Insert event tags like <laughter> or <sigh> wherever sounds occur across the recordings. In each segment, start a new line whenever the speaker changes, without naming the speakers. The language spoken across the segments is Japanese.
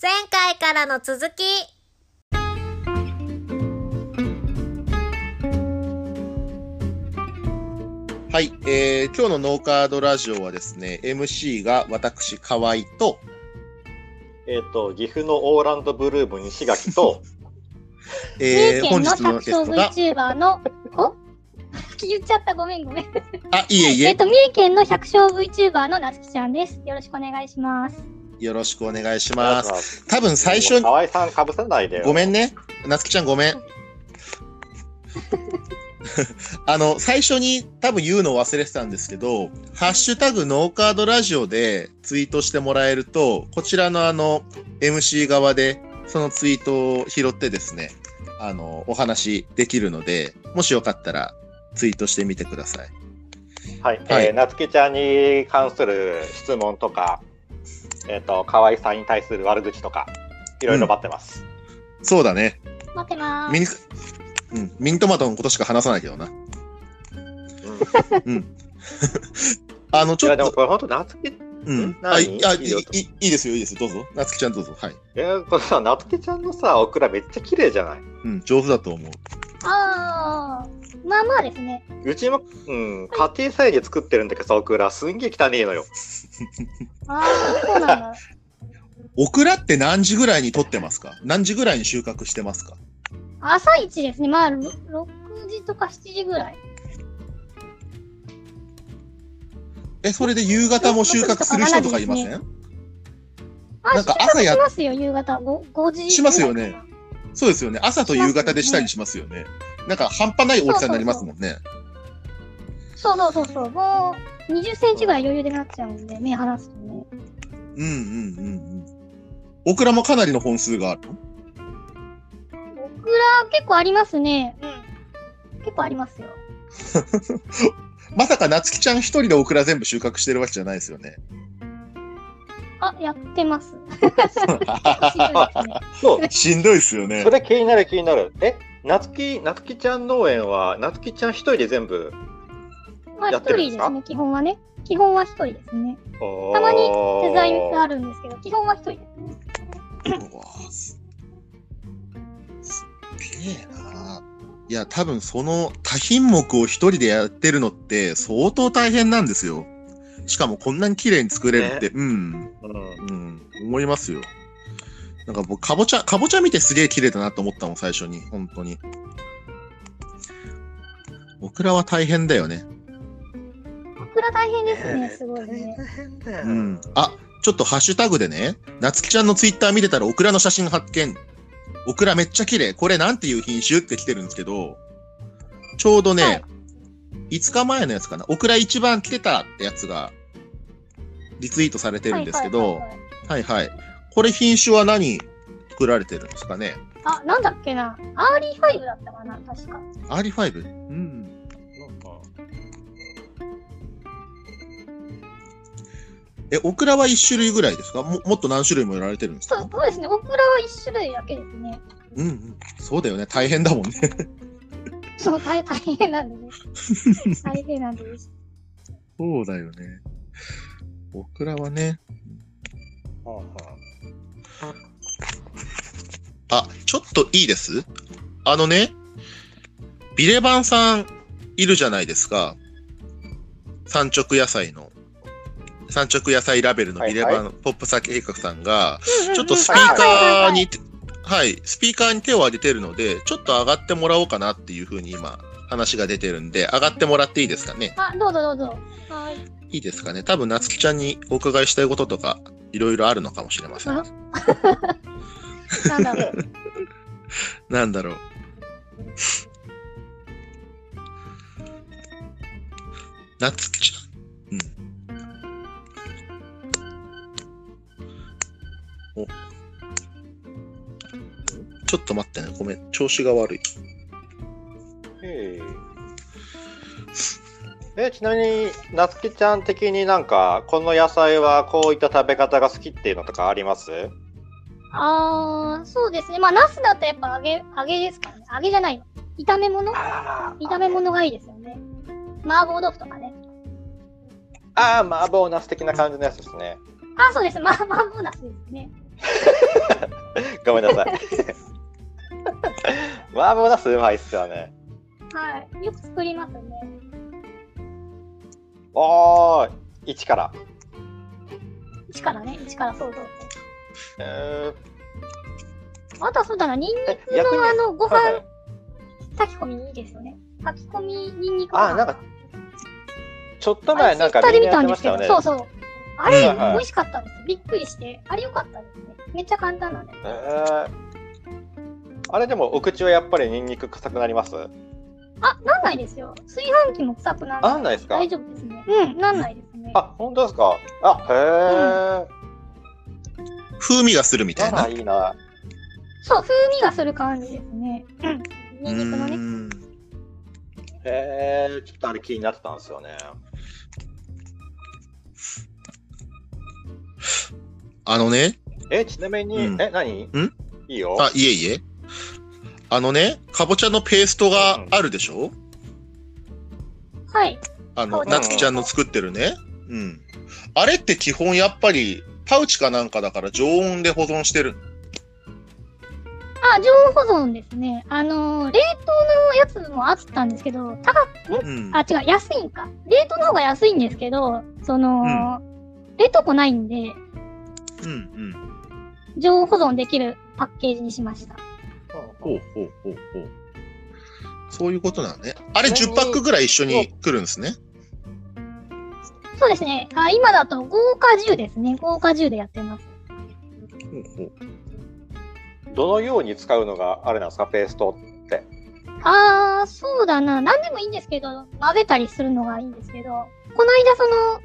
前回からの続き
はい、えー、今日のノーカードラジオはですね、MC が私、河合と、
えっ、と、岐阜のオーランドブルーム西垣と、
えー、
三重
本
県の
日の
宅
ゲ
想
ストが、
VTuber の、お <laughs> 言っちゃった、ごめんごめん。
あ、いえい
えっ
え、
と、三重県の百姓 VTuber のなつきちゃんです。よろしくお願いします。
よろしくお願いし
お
<laughs>
願
ま
いし
す。
ます
多分最初に、
河合さんかぶせないで。
ごめ
ん。
んね、なつきちゃんご
<laughs>
めん。あの、最初に多分言うの忘れてたんですけど、ハッシュタグノーカードラジオでツイートしてもらえると、こちらのあの、MC 側で、そのツイートを拾ってですね、あの、お話できるので、もしよかったらツイートしてみてください。
はい。
は
え
い
ー、なつきちゃんに関する質問とか、えっ、と、河合さんに対する悪口とか、いろいろ待ってます。
そうだね。
待ってま
ミ
ー
ニ
す。、
うん、ミニトマトのことしか話さないけどな。 <laughs>
うん
あの、ち
い
ょ
や、
っ
でも
と、
これ本当、なつき、い
うん。あ、
何
いあい
いい
い
よ
いいいですよ、いいですよ。どうぞ。なつきちゃんどうぞ。はい。
や、これさ、なつきちゃんのさ、オクラめっちゃ綺麗じゃない
うん、上手だと思う。
あー、まあまあですね。
うちも、うん、家庭菜園で作ってるんだけどさ、オクラ、すんげえ汚いのよ。
あー、そうなん
<laughs>
だ。
オクラって何時ぐらいに取ってますか何時ぐらいに収穫してますか
朝一ですね。まあ、ろ6時とか7時ぐらい。
え、それで夕方も収穫する人とかいません
あ、
なんか
収穫
朝や
しますよ、夕方。5, 5時。
しますよね。そうですよね。朝と夕方でしたりしますよね。なんか半端ない大きさになりますもんね。
そうそうそうそう。もう、20センチぐらい余裕でなっちゃうんで、目離すとね。
うんうんうんうん。オクラもかなりの本数があるの
オクラ結構ありますね。うん。結構ありますよ。
まさかなつきちゃん一人でオクラ全部収穫してるわけじゃないですよね。
あ、やってます。
<laughs> そう、
<laughs> しんどいですよね
そ。れ気になる気になる。え、なつき、なつきちゃん農園は、なつきちゃん一人で全部。
まあ
や
一
ってるんで
人
す
です
か
ね、基本はね。基本は一人ですね。
た
たまにデザインがあ
る。
るんですけど、基本は一人ですね。
うわーすすっげえな。いや、多分その多品目を一人でやってるのって相当大変なんですよ。しかもこんなに綺麗に作れるって、うん、
うん
うん、思いますよ。なんか僕、かぼちゃ、かぼちゃ見てすげえ綺麗だなと思ったもん、最初に。本当に。オクラは大変だよね。
オクラ大変ですね、すごいね。
う。ん。あ、ちょっとハッシュタグでね、なつきちゃんのツイッター見てたらオクラの写真発見。オクラめっちゃ綺麗。これなんていう品種って来てるんですけど、ちょうどね、
はい
5日前のやつかな。オクラ一番来てたってやつが、リツイートされてるんですけど、
はいはいはいはい
はいはい。これ品種は何作られてるんですかね
あ、なんだっけな。アーリーファイブだったかな、確か。
アーリーファイブうん。え、オクラは1種類ぐらいですかももっと何種類もやられてるんです
そう
か
そうですね、オクラは一種類だけですね。
うんうん。そうだよね。大変だもんね。
そう、大大変な
<laughs>
んでね。大
<laughs>
変なんです。
<laughs> そうだよね。オクラはね。あ、ちょっといいですあのね、ビレバンさんいるじゃないですか。産直野菜の。産直野菜ラベルのビレバン、
はい
ポップサ計画さんが、ちょっとス
ス
ピーカーに、はい、スピーカーに手を挙げてるので、ちょっと上がってもらおうかなっていうふうに今、話が出てるんで、上がってもらっていいですかね。
あ、どうぞどうぞ。はい。
いいですかね。多分、夏希ちゃんにお伺いしたいこととか、いろいろあるのかもしれません
あ。なんだろう。
なんだろう。夏希ちゃん。うん。お。ちょっと待ってね。ごめん。調子が悪い。
へーえちなみになつきちゃん的になんかこの野菜はこういった食べ方が好きっていうのとかあります
あー、そうですね。まあ、ナスだとやっぱ揚げ、揚げですからね。揚げじゃないよ。炒め物
あ
炒め物がいいですよね。麻婆豆腐とかね。
あー麻婆茄子的な感じのやつですね
あ、そうです。ま、麻婆茄子ですね。
ごめんな
<laughs>
さい。麻婆ナスうまいっすよね。
はい。よく作りますね。
おー、一から。
一からね、一からそうそう
え
そう。あとはそうだな、ニンニ
ー、え
クのあ
に
の、ご
はいはい
飯炊き込みいいですよね。炊き込みニンニクご飯
あ、なんか、ちょっと
あれ
前なんか
ツイッタ
み
ーで
ん
見
なや
た
って
んで
ますし
け
たよ
ど、
ね。
そうそう。あれ、
うんはい
美味しかったんです。びっくりして。あれ良かったですね。めっちゃ簡単なんで。
えーあれでもお口はやっぱりニンニク臭くなります
あ、なんないですよ。炊飯器も臭くなら
あ
ない。
んないですか
大丈夫ですね。うん、なんないですね。
あ、本当ですかあ、へ
風味がするみ
え、
たい
あら
な。
いいな。
そう、風味がする感じですね。うん。ニンニクの
う
ね。
ん
へえ、ちょっとあれ気になってたんですよね。
あのね、
え、ちなみに、
うん
え、何
ん
いいよ。
あ、いえいえ。あのね、かぼちゃのペーストがあるでしょ、
はい。
あ
そ
の、
うです
なつちゃんの作ってるね。うん。あれって基本やっぱり、パウチかなんかだから常温で保存してる。
あ、常温保存ですね。あのー冷凍のやつもあったんですけど、高く、ん
うん。
あ、違う、安いんか。冷凍の方が安いんですけど、その、冷凍庫ないんで、
うんうん。
常温保存できるパッケージにしました。
ほうほうほうほう。そういうことなのね。あれ10パックぐらい一緒に来るんですね。
そうですね。あ今だと豪華10ですね。豪華10でやってます。
ほうほう
どのように使うのがあれなんですか、ペーストって。
あー、そうだな。何でもいいんですけど、混ぜたりするのがいいんですけど、この間その、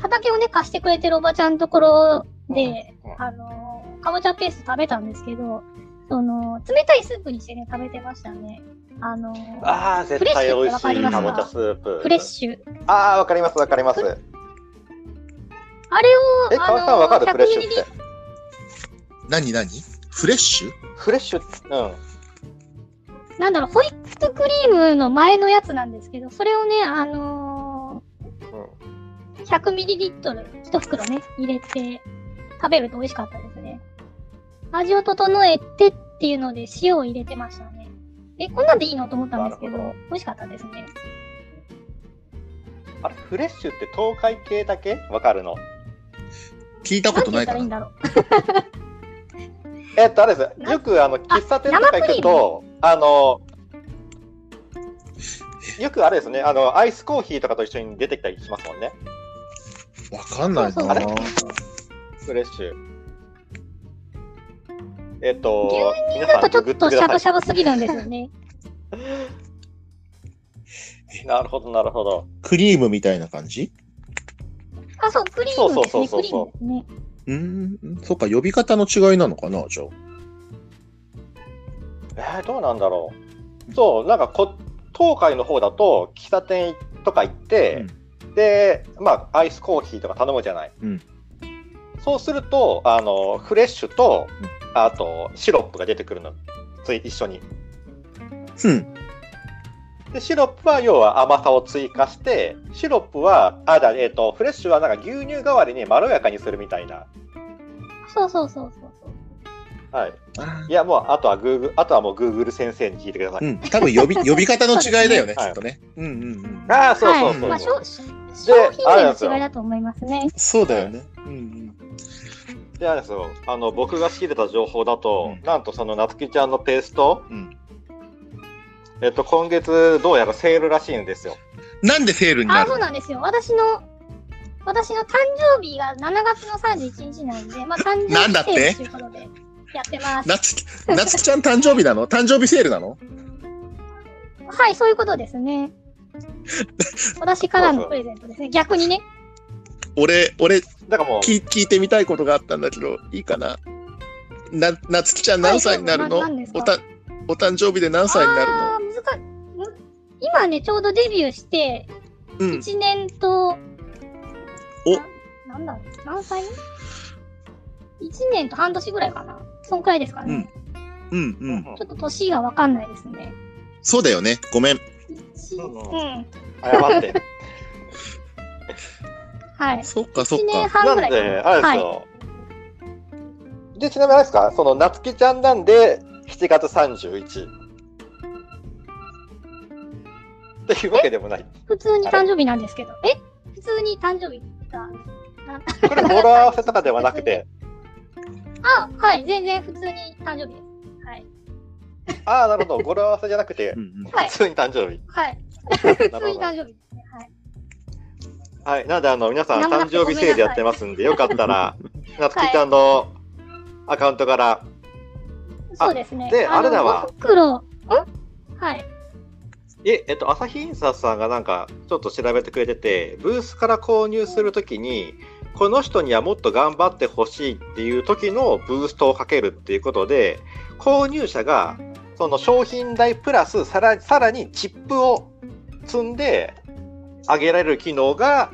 畑をね、貸してくれてるおばちゃんのところ
う
で、
んうん
あのー、かぼちゃペースト食べたんですけど、その、冷たいスープにしてね、食べてましたね。あのー、
ああ、絶対美味し
フレッシュってわかり
い
ま
か
す
ぼちゃスープ。
フレッシュ。
ああ、わかります、わかります。
あれを、
え、
あ
川
の
さんわかる
ー、
フレッ
100
シ
ミ
ュ
リ
っ
リ
て。
何何フレッシュ
フレッシュって、うん。
なんだろう、ホイップクリームの前のやつなんですけど、それをね、あのー、
うん
100ミリリットル一袋ね、入れて食べると美味しかったですね。味を整えてっていうので塩を入れてましたね。え、こんなんでいいのと思ったんですけど、
なるほど
美味しかったですね。
あれ、フレッシュって東海系だけわかるの。
聞いたことない
んて言った
から
いいん
な。
だろう。
えっと、あれです
な
よくあの喫茶店とか行くと、あの、よくあれですね、あの、アイスコーヒーとかと一緒に出てきたりしますもんね。
わかんない
そう
な
そう
あれフレッシュ。えっと、皆
ちょ
さ
っと
ん、
ちょ
グ
っ
グってく
とシ
だ
ャ
さ
ブ
い。
シャブすぎるんですよね。
<laughs> なるほど、なるほど。
クリームみたいな感じ
あ、そう、クリームです
そう
ね。
そうそうそう
クリームですね。
うーん。そっか、呼び方の違いなのかな、じゃあ。
えー、どうなんだろう。そう、なんかこ、東海の方だと、喫茶店とか行って、で、まあ、アイスコーヒーとか頼むじゃない。
うん
そうすると、あの、フレッシュと
うん、
あと、シロップが出てくるの。つい一緒に。
うん。
で、シロップは要は甘さを追加して、シロップは、あ、だ、えっ、と、フレッシュはなんか牛乳代わりにまろやかにするみたいな。
そうそうそうそうそう。
はい。
あ
いや、もう、あとはグーグル、あとはもうグーグル先生に聞いてくださ
ー
い。
うん。多分呼
<laughs>
び、呼び方の違いだよね、き
はい
っとね。うんうんうん。
ああ、そうそうそう
は
そ
い。
う。
まあ、商商品名の違いだと思いますね。
そうだよね。うん
であれですよあの僕が仕入れた情報だと、
うん
なんとそのなつきちゃんのペースト、
うん
えっと、今月どうやらセールらしいんですよ。
うん。なんでセールにな
あ、
る
そう
の
なんですよ。私の、私の誕生日が7月の31日なんで、まあ誕生日
なんだって
セールということでやってます。
なつき、なつきちゃん誕生日なの誕生日セールなの
はい、そういうことですね。私からのプレゼントです
<laughs>
ね。逆にね。
俺、俺、
だからもう
聞聞いてみたいことがあったんだけど、いいかなな、なつきちゃん何歳になるの、
はいそうななんですか
おた、お誕生日で何歳になるの
あー難しむ今ね、ちょうどデビューして、
うん。
1年と、
お
ななんだろう、何歳 ?1 年と半年ぐらいかな。そんくらいですかね。
うんうんう
う
んん。
ちょっと年がわかんないですね。
そうだよね。ごめん。
一
うん
うん。
謝って。
はい。
そっかそっ
1年
か。
<laughs> 半
なん
ぐらいか
で、あれです
はい。
よ、で、ちなみにあれですか、その、なつきちゃんなんで、7月31。っていうわけでもない。
普通に誕生日なんですけど。え普通に誕生日が。
これ、語呂合わせとかではなくて、
あ、はい、全然普通に誕生日です。はい。
ああ、なるほど、語呂合わせじゃなくて
う、ん
はい
普。通に誕生日。
はい。
な
普
る
通
ほ
に
ど
誕生日ですね。はい。
はい、なので、あの、皆さん、
名前
誕生日制でやってますんで、よかった <laughs> ら、なつきちゃんのアカウントから、
そうですね。
で
の
あれだわ
真っ黒。んはい。
え、えっと、朝日印刷さんがなんか、ちょっと調べてくれてて、ブースから購入するときに、この人にはもっと頑張ってほしいっていう時のブーストをかけるっていうことで、購入者が、その商品代プラスさら、さらにチップを積んで、あげられる機能が、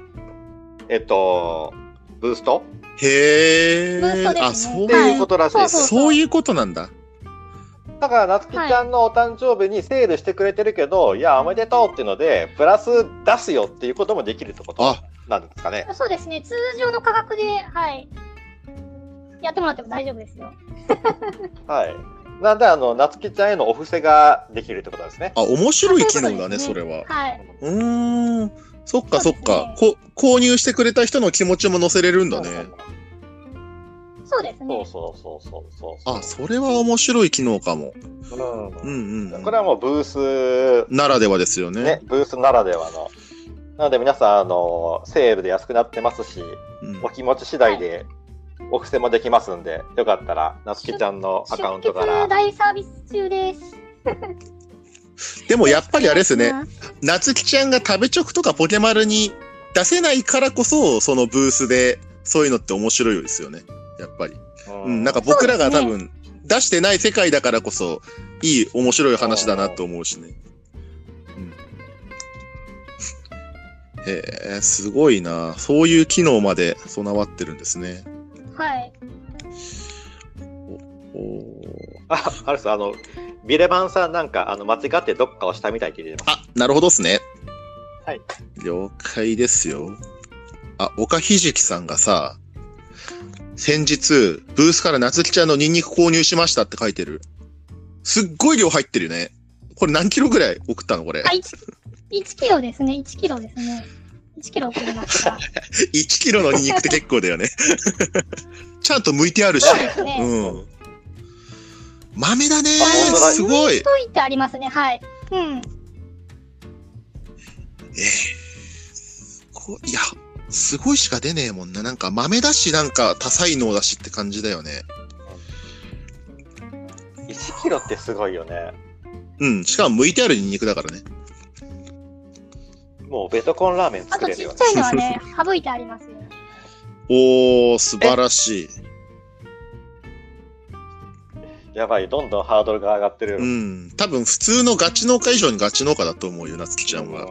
えっと、ブースト
へ
ブースト
ー
ですね
あ、そう
って
いう、
いうことらしいです。
そういうことなんだ。
だから、なつきちゃんのお誕生日にセールしてくれてるけど、い、や、おめでとうっていうので、プラス出すよっていうこともできるってこと
あ、
なんですかね。
そうですね。通常の価格で、はい。やってもらっても大丈夫ですよ。
はい。なんで、あの、なつきちゃんへのお布施ができるってことですね。
あ、面白い機能だね、
そ
そう
い
れ
う
は。
はい。
うーん。そっかそっか。
そ
こ購入してくれた人の気持ちも載せれるんだね。
そうです
そう
ね。
そうそうそうそうそう。
あ、それは面白い機能かも。う
うん
うん。
ん。これはもうブース、
ならではですよね。
ね、ブースならではの。なので皆さん、あの、セールで安くなってますし、
うん
お気持ち次第で、お布施もできますんで、よかったら、なつきちゃんのア
出
カウン
血
トから。
大サービス中です。
でもやっぱりあれですね、夏希ちゃんが食べチョクとかポケマルに出せないからこそ、そのブースでそういうのって面白いですよね。やっぱり。うん、なんか僕らが多分、出してない世界だからこそ、いい面白い話だなと思うしね。うん、へえ、すごいな。そういう機能まで備わってるんですね。
はい。
お
あ、あれさ、あの、ビレバンさんなんか、あの、間違ってどっかをしたみたいって言ってま
あ、なるほどっすね。
はい。
了解ですよ。あ、岡ひじきさんがさ、先日、ブースから夏希ちゃんのニンニク購入しましたって書いてる。すっごい量入ってるよね。これ何キロぐらい送ったのこれ。
あ、1, 1キロですね。1キロですね。1キロ送りました。
1キロのニンニクって結構だよね。 <laughs> ちゃんと剥いてあるし。
そうですね。
うん。豆だね
あ本当だ
すごい
ス。トイってありますね。はい。うん。
えーすごいいや、すごいしか出ねえもんな。なんか豆だし、なんか多才能だしって感じだよね。
す。1キロってすごいよね。
うん。しかも剥いてあるニンニクだからね。
もうベトコンラーメン
あ
作
と
れる
ち
よ
っ
ね
ち。ゃいのはね、省いてありますよ。
おー、素晴らしい。
やばい、どんどんハードルが上がってる。
うん。多分普通のガチ農家以上にガチ農家だと思うよ、なつきちゃんは。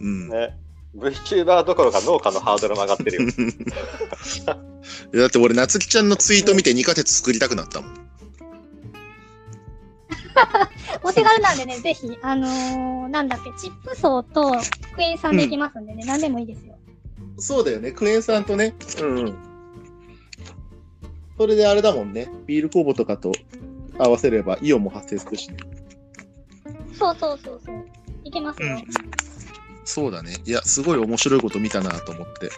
うん。
ね。VTuber どころか農家のハードルも上がってる
<laughs>
よ。
だって俺、なつきちゃんのツイート見て2カ鉄作りたくなったもん。
お手軽なんでね、ぜひ、あのー、なんだっけ、チップ層とクエン酸でいきますんでね、何でもいいですよ。
そうだよね、クレーンさんとね。うん、うん。それであれだもんね、ビール工房とかと合わせればイオンも発生するしね。
そうそうそうそう。いけますよ。
うんそうだね。いや、すごい面白いこと見たなと思って。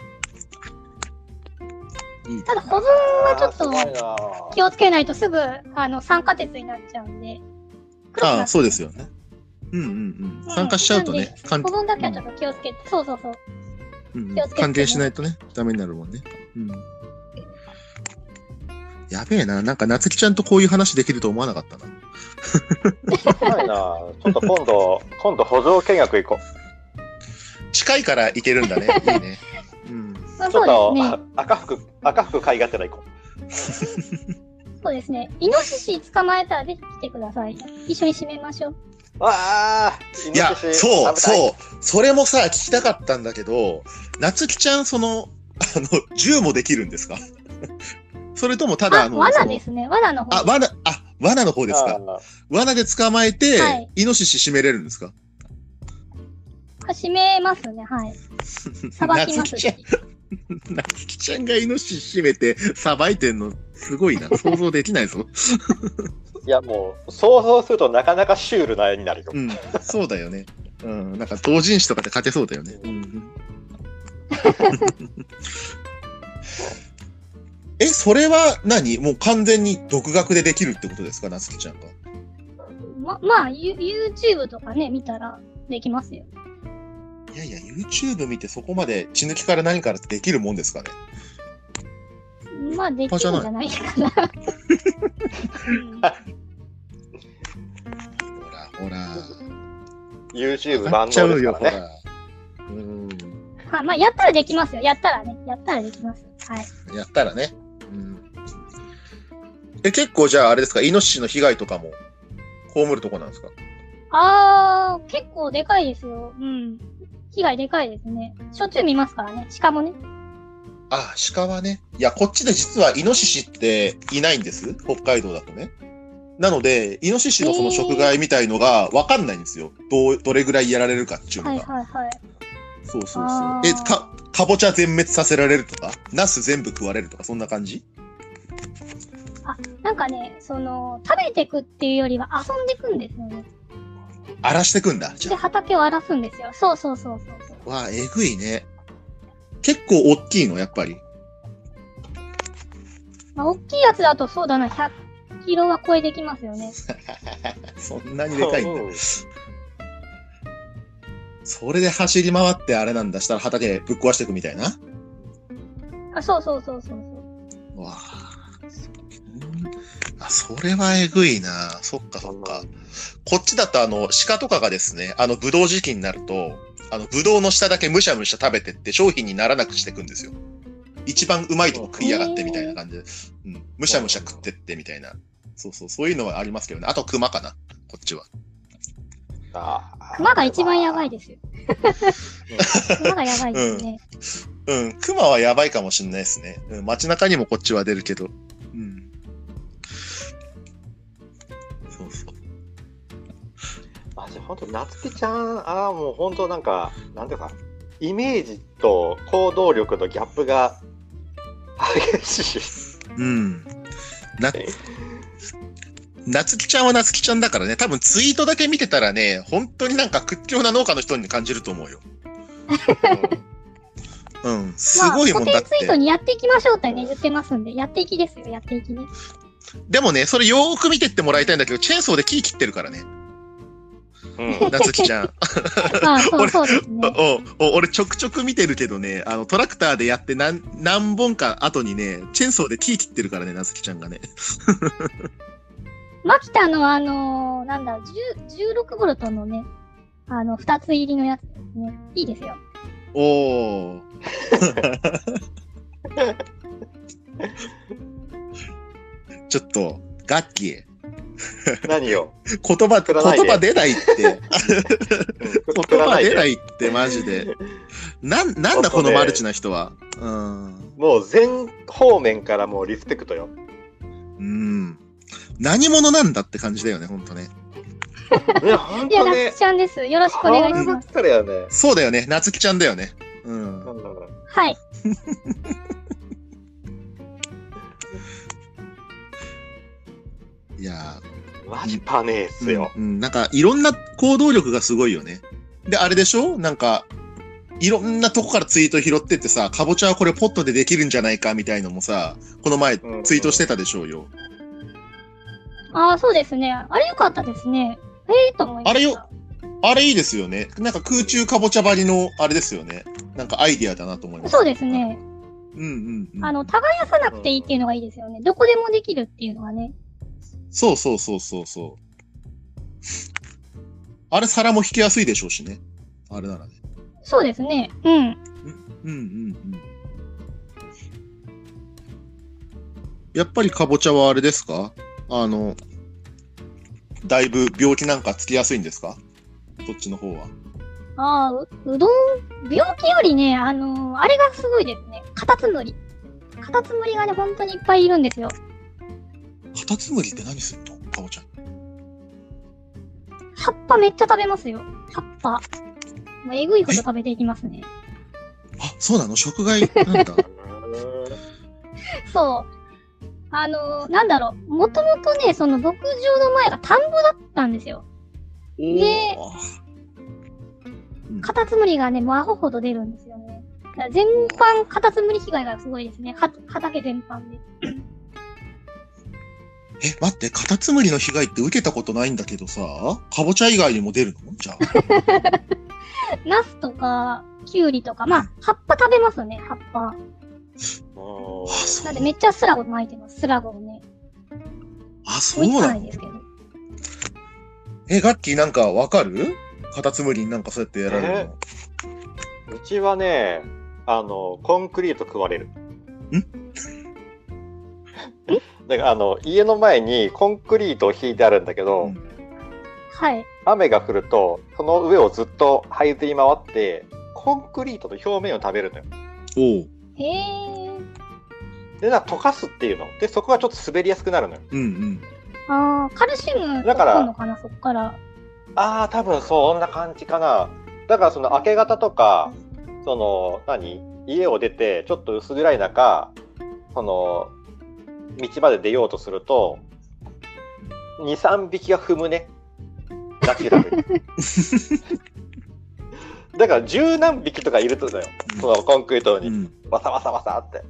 いい
ただ保存はちょっと気
ょっ
をつけないとすぐあの酸化鉄になっちゃうんで。。
ああ、そうですすよね。うんうんうん。参加しちゃうとね、
な
か
ん
ん
で保存だけはちょっと気をつけて、そうそうそう。
うんうん
気をつけてね
還元しないとね、ダメになるもんね。うん。やべえな、なんか夏希ちゃんとこういう話できると思わなかったな。
と。ないな。ちょっと今
<laughs>
度、今度補助見学行こう。
近いからいけるんだね。 <laughs> いいね。うん。
まあ
ちょっと
そうですね。
あ赤服、赤服買いがてら行こ
そうですね。イノシシ捕まえたらぜひ来てください。一緒に締めましょう。
う。わあ、
いや、そう、
う。
そう。それもさ、聞きたかったんだけど、夏希ちゃん、その、あの、銃もできるんですか <laughs> それともただ、
あ、
あの、
罠
その
ですね。罠の方。
あ、罠、あ、罠の方です
あ
か。
ー
罠で捕まえて、
はい
イノシシ締めれるんですか <laughs>
締めますね。はい。さばきま
夏希ち
す
ゃ
し
ん。、夏希ちゃんがイノシシ締めて、さばいてんの、すごいな。想像できないぞ。
いや、もう、想像するとなかなかシュールな絵になるよ
う。ん。そうだよね。うん。なんか、同人誌とかで勝てそうだよね。うん。 <laughs> え、それは何もう完全に独学でできるってことですか、なつきちゃんが。
ま、まあ、ユ YouTube とかね、見たらできますよ。
いやいや、YouTube 見てそこまで血抜きから何からってできるもんですかね。
まあ、できるんじゃないかな。 <laughs>
ほらほら。
YouTube
買
万
っちゃ
能
う
です
よ、
か
ほ
らね。
ら。うん。
はいまあ、やったらできますよ。やったらね。やったらできます。はい。
やったらね。うん。え、結構じゃああれですか、イノシシの被害とかも、被るとこなんですか
あー、結構でかいですよ。うん。被害でかいですね。しょっちゅう見ますからね。鹿もね。
ああ、鹿はね。いや、こっちで実はイノシシっていないんです。北海道だとね。なので、イノシシのその食害みたいのが分かんないんですよ。どう、どれぐらいやられるかっていうの
は
が。
いはいはい。
そうそうそう
あ。ー
え、か、かぼちゃ全滅させられるとか、ナス全部食われるとか、そんな感じ
なんかね、その、食べてくっていうよりは遊んでくんですよね。
荒らしてくんだ。じゃ
で、畑を荒らすんですよ。そうそうそうそうそう。
あ。わあ、えぐいね。結構大きいの、やっぱり。
まあ、大きいやつだとそうだな、100キロは超えてきますよね。
そんなにでかいん
<laughs>
だ
う。ん
それで走り回ってあれなんだしたら畑ぶっ壊していくみたいな。
あ、そうそうそうそうそう。
わあ。うんあ、それはえぐいな。そっかそっか。こっちだとあの、鹿とかがですね、あの、ブドウ時期になると、あの、ブドウの下だけむしゃむしゃ食べてって商品にならなくしていくんですよ。一番うまいとこ食いやがってみたいな感じで、うん、むしゃむしゃ食ってってみたいな。そうそう、そういうのはありますけどね。あと熊かな、こっちは。
あー
熊が一番やばいですよ。熊がやばいで
<laughs>
すね。
うん、熊はやばいかもしれないですね。うん、街中にもこっちは出るけど。うん。そうそう。
マジ本当夏希ちゃんああもう本当なんかなんていうかイメージと行動力のギャップが激し
うん。な
え、
なつきちゃんはなつきちゃんだからね、多分ツイートだけ見てたらね、本当になんか屈強な農家の人に感じると思うよ。
い、うん
うん、すごいもん
ま
だ
あ、
っ
固定ツイート
て。
にやっていきましょうってね、言ってますんで、やっていきですよ、やっていきね。
でもね、それよーく見てってもらいたいんだけど、チェーンソーで木切ってるからね、
うん
なつきちゃん。 <laughs>
まあ、そう
俺
そうです
<laughs>
ね。
おお俺ちょくちょく見てるけどね、あのトラクターでやって何何本か後にね、チェーンソーで木切ってるからね、なつきちゃんがね。
マキタのあのーなんだろう、10 16ボルトのね、あの、2つ入りのやつですね。いいですよ。
<laughs> おー。ちょっと、ガッキー。
何を、
言葉、
振らないで
言葉出ないって。
<laughs> うん
言葉出ないいって、マジで。なん、なんだこのマルチな人は。うん。
もう全方面からもうリスペクトよ
うん。何者なんだって感じだよね、ほんとね。
ね本
いや、
当
な
ね
つきちゃんです。よろしくお願いし
ば
ま
っ
す。
かりやね
そうだよね、夏希ちゃんだよね。う。
なんんだろう
はい。
いやー
マジパネースよ、
うん、うんなんか、いろんな行動力がすごいよね。で、あれでしょなんか、いろんなとこからツイート拾ってってさ、かぼちゃはこれポットでできるんじゃないかみたいのもさ、この前
うん
ツイートしてたでしょうよ。
ああ、そうですね。あれよかったですね。ええと思いました。
あれよあれいいですよね。なんか空中かぼちゃ張りの、あれですよね。なんかアイディアだなと思います。
そうです。ね。
うんうん、うん。
あの、耕さなくていいっていうのがいいですよね。どこでもできるっていうのがね。
そうそうそうそうそう。あれ皿も引きやすいでしょうしね。あれならね。
そうですね。うん。
うんうんうん。やっぱりかぼちゃはあれですかあの、だいぶ病気なんかつきやすいんですかそっちの方は。
ああ、ううどん、病気よりね、あのーあれがすごいですね。カタツムリ。カタツムリがね、本当にいっぱいいるんですよ。
カタツムリって何するのかぼちゃ。
葉っぱめっちゃ食べますよ。葉っぱ。もうえぐいほど食べていきますね。
<laughs> あ、そうなの食害なんだ。
うん
そう。あのーなんだろう、もともとね、その牧場の前が田んぼだったんですよ。
お
で
お。
カタツムリがね、もうアホほど出るんですよね。だから全般、カタツムリ被害がすごいですね。は畑全般で。
え、待って、カタツムリの被害って受けたことないんだけどさ、カボチャ以外にも出るのじゃあ。
ナスとか、キュウリとか、まあ、葉っぱ食べますね、葉っぱ。
お
<laughs> あ、そ
なん
う
で。めっちゃスラゴ巻いてます、スラゴをね。
あ、そ
追いうつ
な
かない
の
ですけど。
え、ガッキーなんかわかるカタツムリになんかそうやってやられるの。
うちはね、あの、コンクリート食われる。 <laughs> だからあの家の前にコンクリートを引いてあるんだけど、
うん
はい。
雨が降るとその上をずっと這いずり回ってコンクリートの表面を食べるのよ
おう。
へえ。
でなんか溶かすっていうのでそこがちょっと滑りやすくなるのよ
うんうん。
ああ、カルシウム
だから
取るのかな、そっから。
ああ多分そんな感じかなだからその明け方とかその何家を出てちょっと薄暗い中その道まで出ようとすると23匹が踏むねだけだけ
<laughs>
だから十何匹とかいるとだよそのコンクリートに、
うん。
わさわさわさって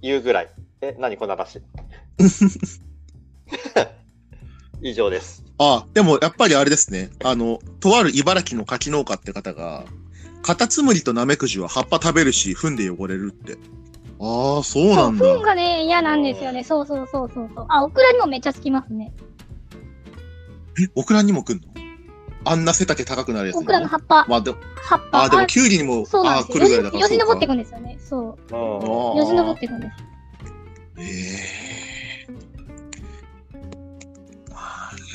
言うぐらい。え、何こ
<laughs>
の話。 <laughs> 以上です。
あ、でもやっぱりあれですね。あの、とある茨城の柿農家って方が、カタツムリとナメクジは葉っぱ食べるし、糞で汚れるって。ああ、そう
そ
な
う、
ん
フン
だ。
がね、嫌なんですよね。そうそうそうそうそう。あ、オクラにもめっちゃつきますね。
え、オクラにも来んのあんな背丈高くなるやつ
オ
に
クラの葉っぱ。
まあでも、
葉っぱ。
あー、でもキュウリにも、
そうな
あ
んで
ー
す
来
よ。
るぐ
よ
らいだか
じ
ら
よ
そ
じ
うか。
登っていくんですよね。そ
うん
あ
う。
ー
よじ登っていくんです。
ええ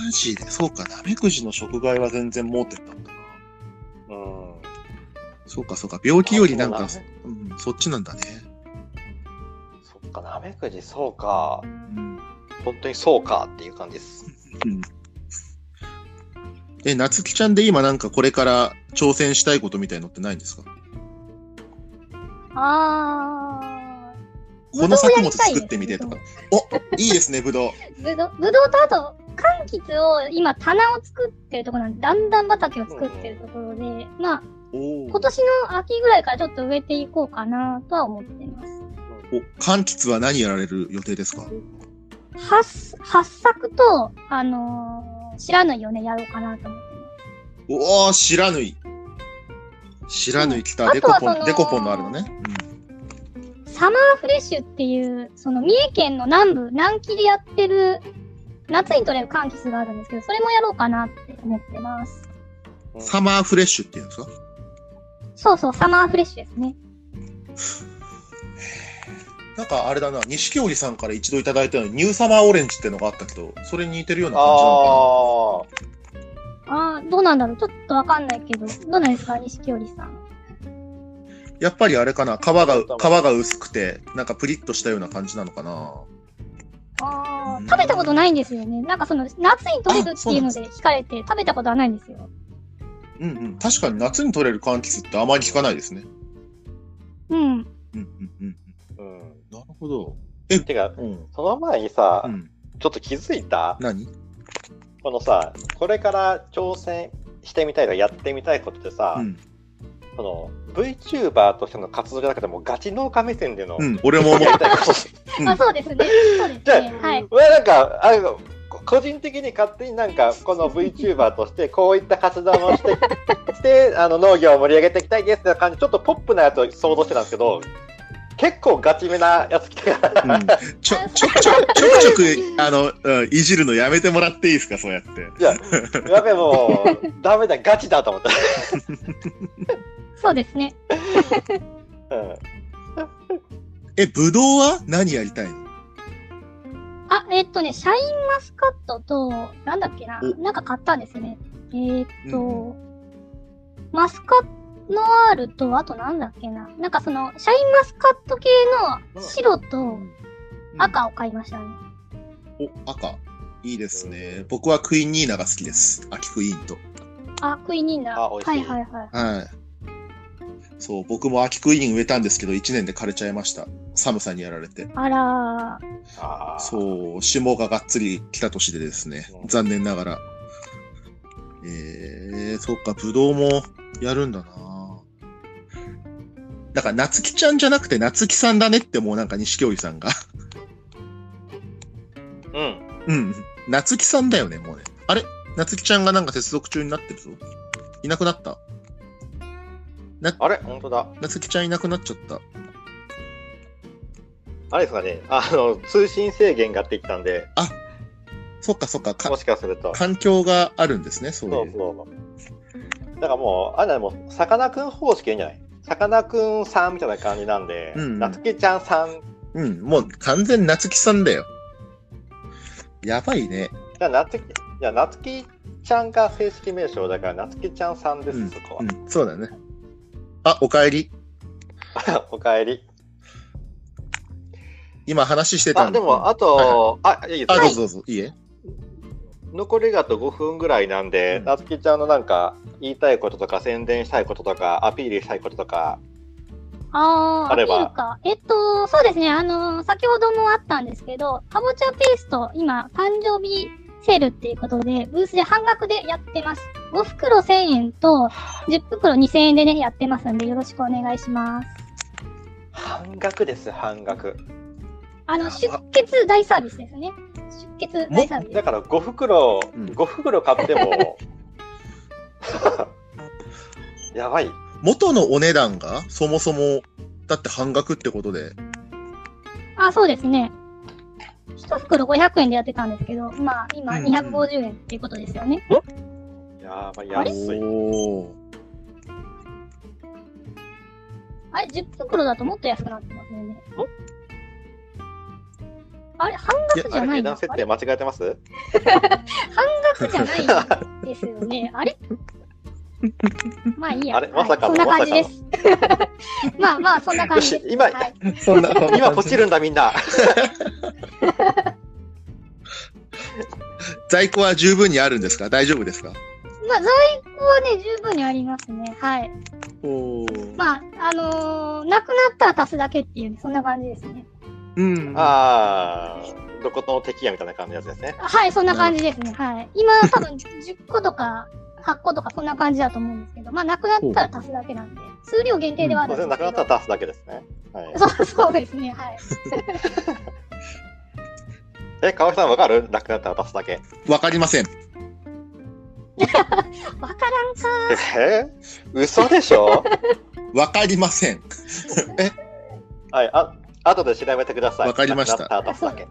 マジで、そうか、ナメクジの食害は全然盲点だったな。
うん
そうか、そうか、病気よりなん
あ
か、
そうだ
うん、そっちなんだね。
そっか、ナメクジ、そうか。
うん
本当にそうかっていう感じです。
え、なつきちゃんで今なんかこれから挑戦したいことみたいのってないんですか
あー。
この作物作ってみてとか。お、いいですね、ぶ
<laughs>
どう。
ぶどうぶどうとあと、柑橘を今棚を作ってるところなんで、だんだん畑を作ってるところで、まあ、
お
今年の秋ぐらいからちょっと植えていこうかなとは思ってます。
お、柑橘は何やられる予定ですか
八す八作と、あのー、知らないよね、やろうかなと思ってます。
おお、知らぬい。知らぬい来た、
うん
デコポ
あとはそ
ン、
の
デコポンのあるのね。
サマーフレッシュっていう、その三重県の南部、南紀でやってる、夏に取れる柑橘があるんですけど、それもやろうかなって思ってます。
う、
うんん
サマーフレッシュっていうんですか
そうそう、サマーフレッシュですね。
なんかあれだな、錦織さんから一度いただいたのに、ニューサマーオレンジってのがあったけど、それに似てるような感じなの
ああ、
あー、どうなんだろう、ちょっとわかんないけど、どうなんですか、錦織さん。
かなやっぱりあれかな、皮が、皮が薄くて、なんかプリッとしたような感じなのかな。
あー食べたことないんですよね。なんかその、夏に取れるっていうの
あそ
で惹かれて、食べたことはないんですよ。
うんうん。確かに夏に取れる柑橘ってあまり聞かないですね。
うん。
うんうんうん。
うん。
なるほど。
てか、
うん。
その前にさ、
うん。
ちょっと気づいた
何
このさ、これから挑戦してみたいとかやってみたいことってさ、
うん。
その VTuber としての活動じゃなくてもうガチ農家目線での、
うん。俺も思っ
やりたいこと
うん
あ、そうですね。そうです
じゃあ
ね。はい。
俺はなんか、あのこ個人的に勝手になんか、この VTuber として、こういった活動を
<laughs>
して、してあの農業を盛り上げていきたいですって感じ、ちょっとポップなやつを想像してたんですけど、結構ガチめなやつ来たから、
た。うん。ちょ、ちょ、ちょ、ちょくちょく、あの、うん、いじるのやめてもらっていいですか、そうやって。
いや、やべ、もう、ダメだ、ガチだと思った。
そうですね。
うん
え、ぶどうは何やりたいの
あ、えっとね、シャインマスカットと、なんだっけな、
お
なんか買ったんですよね。えーっと、
うん
マスカノワールと、あとなんだっけな、なんかその、シャインマスカット系の白と赤を買いましたね。
お、赤。いいですね。僕はクイーンニーナが好きです。秋クイーンと。
あ、クイニーナ。
あ美味しい
はいはいはい。
はい。そう、僕も秋クイーン植えたんですけど、1年で枯れちゃいました。寒さにやられて。
あらー、
あー
そう、霜ががっつり来た年でですね
う、ん
残念ながら。えー、そっか、ぶどうもやるんだなだから、夏希ちゃんじゃなくて、夏希さんだねって、もうなんか錦織さんが。 <laughs>
うん。
うん、夏希さんだよね、もうね。あれ夏希ちゃんがなんか接続中になってるぞ。いなくなった。
あれ本当だ。
夏希ちゃんいなくなっちゃった。
あれですかね。あの、通信制限がってきたんで、
そっかそっか、か
もしかすると。
環境があるんですね、そう
そう
いう。
そう。だからもう、あれだね、もう、さかなクン方式でいいんじゃないさかなクンさんみたいな感じなんで、
うん
なつきちゃんさん。
うん、もう完全に夏希さんだよ。やばいね。
じゃあ、なつき、じゃあ、なつきちゃんが正式名称だから、なつきちゃんさんです、そこは
う。ん、そうだね。あ、おかえり。
<laughs> おかえり。
今話してた
あ、
ん
でも、あと、あ、いいで
あ、
す
ど
か
うぞどうぞ。いいえ。
残りがあと5分ぐらいなんで、
うん
なつきちゃんのなんか、言いたいこととか、宣伝したいこととか、アピールしたいこととか、
あー、
あれば
アピールか。えっと、そうですね、あのー先ほどもあったんですけど、かぼちゃペースト、今、誕生日セールっていうことで、ブースで半額でやってます。5袋1000円と、10袋2000円でね、やってますんで、よろしくお願いします。
半額です、半額。
あ
あ
の、出血大サービスですね。出血大サービス。
だから5袋、
うん
5袋買って
<laughs>
も、やばい。
元のお値段がそもそも、だって半額ってことで。
あ、そうですね。一袋500円でやってたんですけど、まあ、今、
うん
250円っていうことですよね。
やばい、
あれ
安い。
おー
あれ、10袋だともっと安くなってますよね。あれ、半額じ
あ
ゃ
れ
な
値
いの
段
あ
設
れ
定間違えてます
半額じゃないですよ
<laughs>
ね。あれまあいいや。
あれまさかの
はいそんな感じです。 <laughs> まあまあ、そんな感じです。
よし今
はい、
そんな、
今、ポチるんだ、みんな。
在庫は十分にあるんですか大丈夫ですか
まあ、在庫はね、十分にありますね。はい。
おー
まあ、あのーなくなったら足すだけっていうね、そんな感じですね。
うん。
あー、どことの敵やみたいな感じのやつですね。
はい、そんな感じですね。はい。今、多分10個とか8個とかそんな感じだと思うんですけど、まあ、なくなったら足すだけなんで、数量限定ではある
当
んで
然、
すけ
な
ど。
くなったら出すだけですね。はい、
<laughs> そう、そうですね。はい。
え、川木さん、わかるなくなったら出すだけ。
わかりません。
わからんか
えー、嘘でし
<laughs>
ょ
わかりません。
はい、あ、後で調べてください。
わかりました
なくなったら出す
そ
だ
うで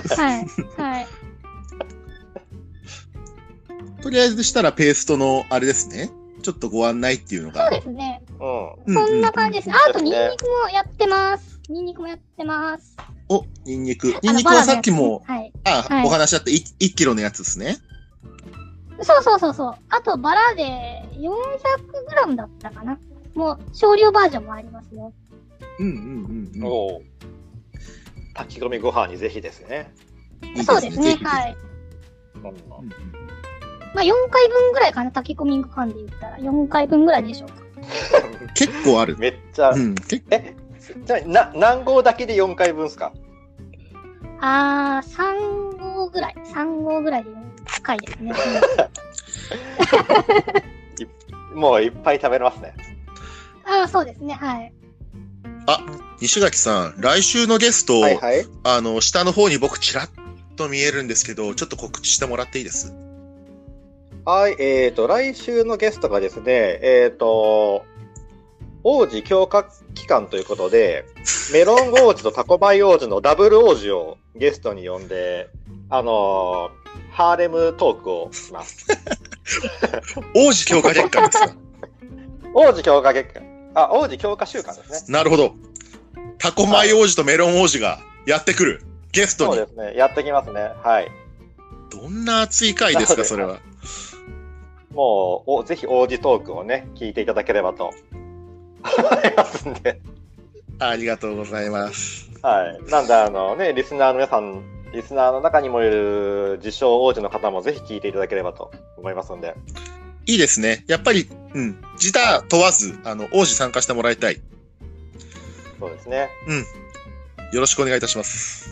け。
すね。はい。はい。
とりあえずしたらペーストのあれですね。ちょっとご案内っていうの
そう
が。
ですね。
う
う
そんな感じ
じ。
です。ああ
そ
と、
うで
ニン
すね。
ニクもやってます。ニンニクもやってます。
お、ニンニク。ニンニクはさっきも
あのバラのやつねはい。
あ、
はい
お話あった1、1キロのやつですね。
そうそうそうそう。あと、バラで 400g だったかな。もう、少量バージョンもありますよ。
うんうんんうん。
おー炊き込みご飯にぜひですね。
いい
そうですね。
ぜひ
はい。
うん
うんうん
まあ、4回分ぐらいかな、炊き込みご飯で言ったら。4回分ぐらいでしょうか。
結構ある。
めっちゃ、
うん、結
えじゃあな何号だけで4回分ですか
あー、3合ぐらい。3合ぐらいで4回です
<laughs>
ね。
もういっぱい食べれますね
あー、そうですね。はい。
西垣さん、来週のゲスト、
はいはい
あの、下の方に僕ちらっと見えるんですけど、ちょっと告知してもらっていいです
はいえー、と来週のゲストがですねえっ、と王子強化期間ということでメロン王子とタコバイ王子のダブル王子をゲストに呼んであのーハーレムトークをします
王子強化月間です
<laughs>
か
王子強化月間あ王子強化週間ですね
なるほど。タコマイ王子とメロン王子がやってくる。ゲスト
そう
に
で。すねやってきますねはい
どんな熱い回ですか、そ
そう
れ
です
は。
もうおぜひ王子トークをね聞いていただければと思いますんで、
ありがとうございます。
はい、なんであのねリスナーの皆さんリスナーの中にもいる自称王子の方もぜひ聞いていただければと思いますんで
いいですね。やっぱり、うん、自他問わず、あの、王子参加してもらいたい。
そうですね。
よろしくお願いいたします。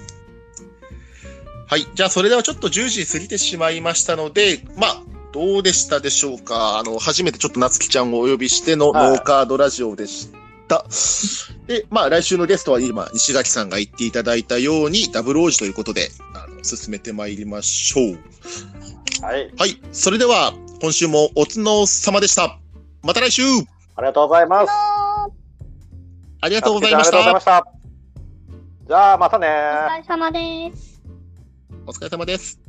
はい。じゃあ、それではちょっと10時過ぎてしまいましたので、まあ、どうでしたでしょうかあの、初めてちょっと夏希ちゃんをお呼びしての
はい
ノーカードラジオでした。で、まあ、来週のゲストは今、西垣さんが言っていただいたように、ダブル王子ということで、あの、進めてまいりましょう。
はい。
はい。それでは、今週もお疲れ様でした。また来週
ありがとうございます。
あり
あり
がとうございまし
がとうござい
た
ま。した。じゃあ、またね
お疲れ様です。
お疲れ様です。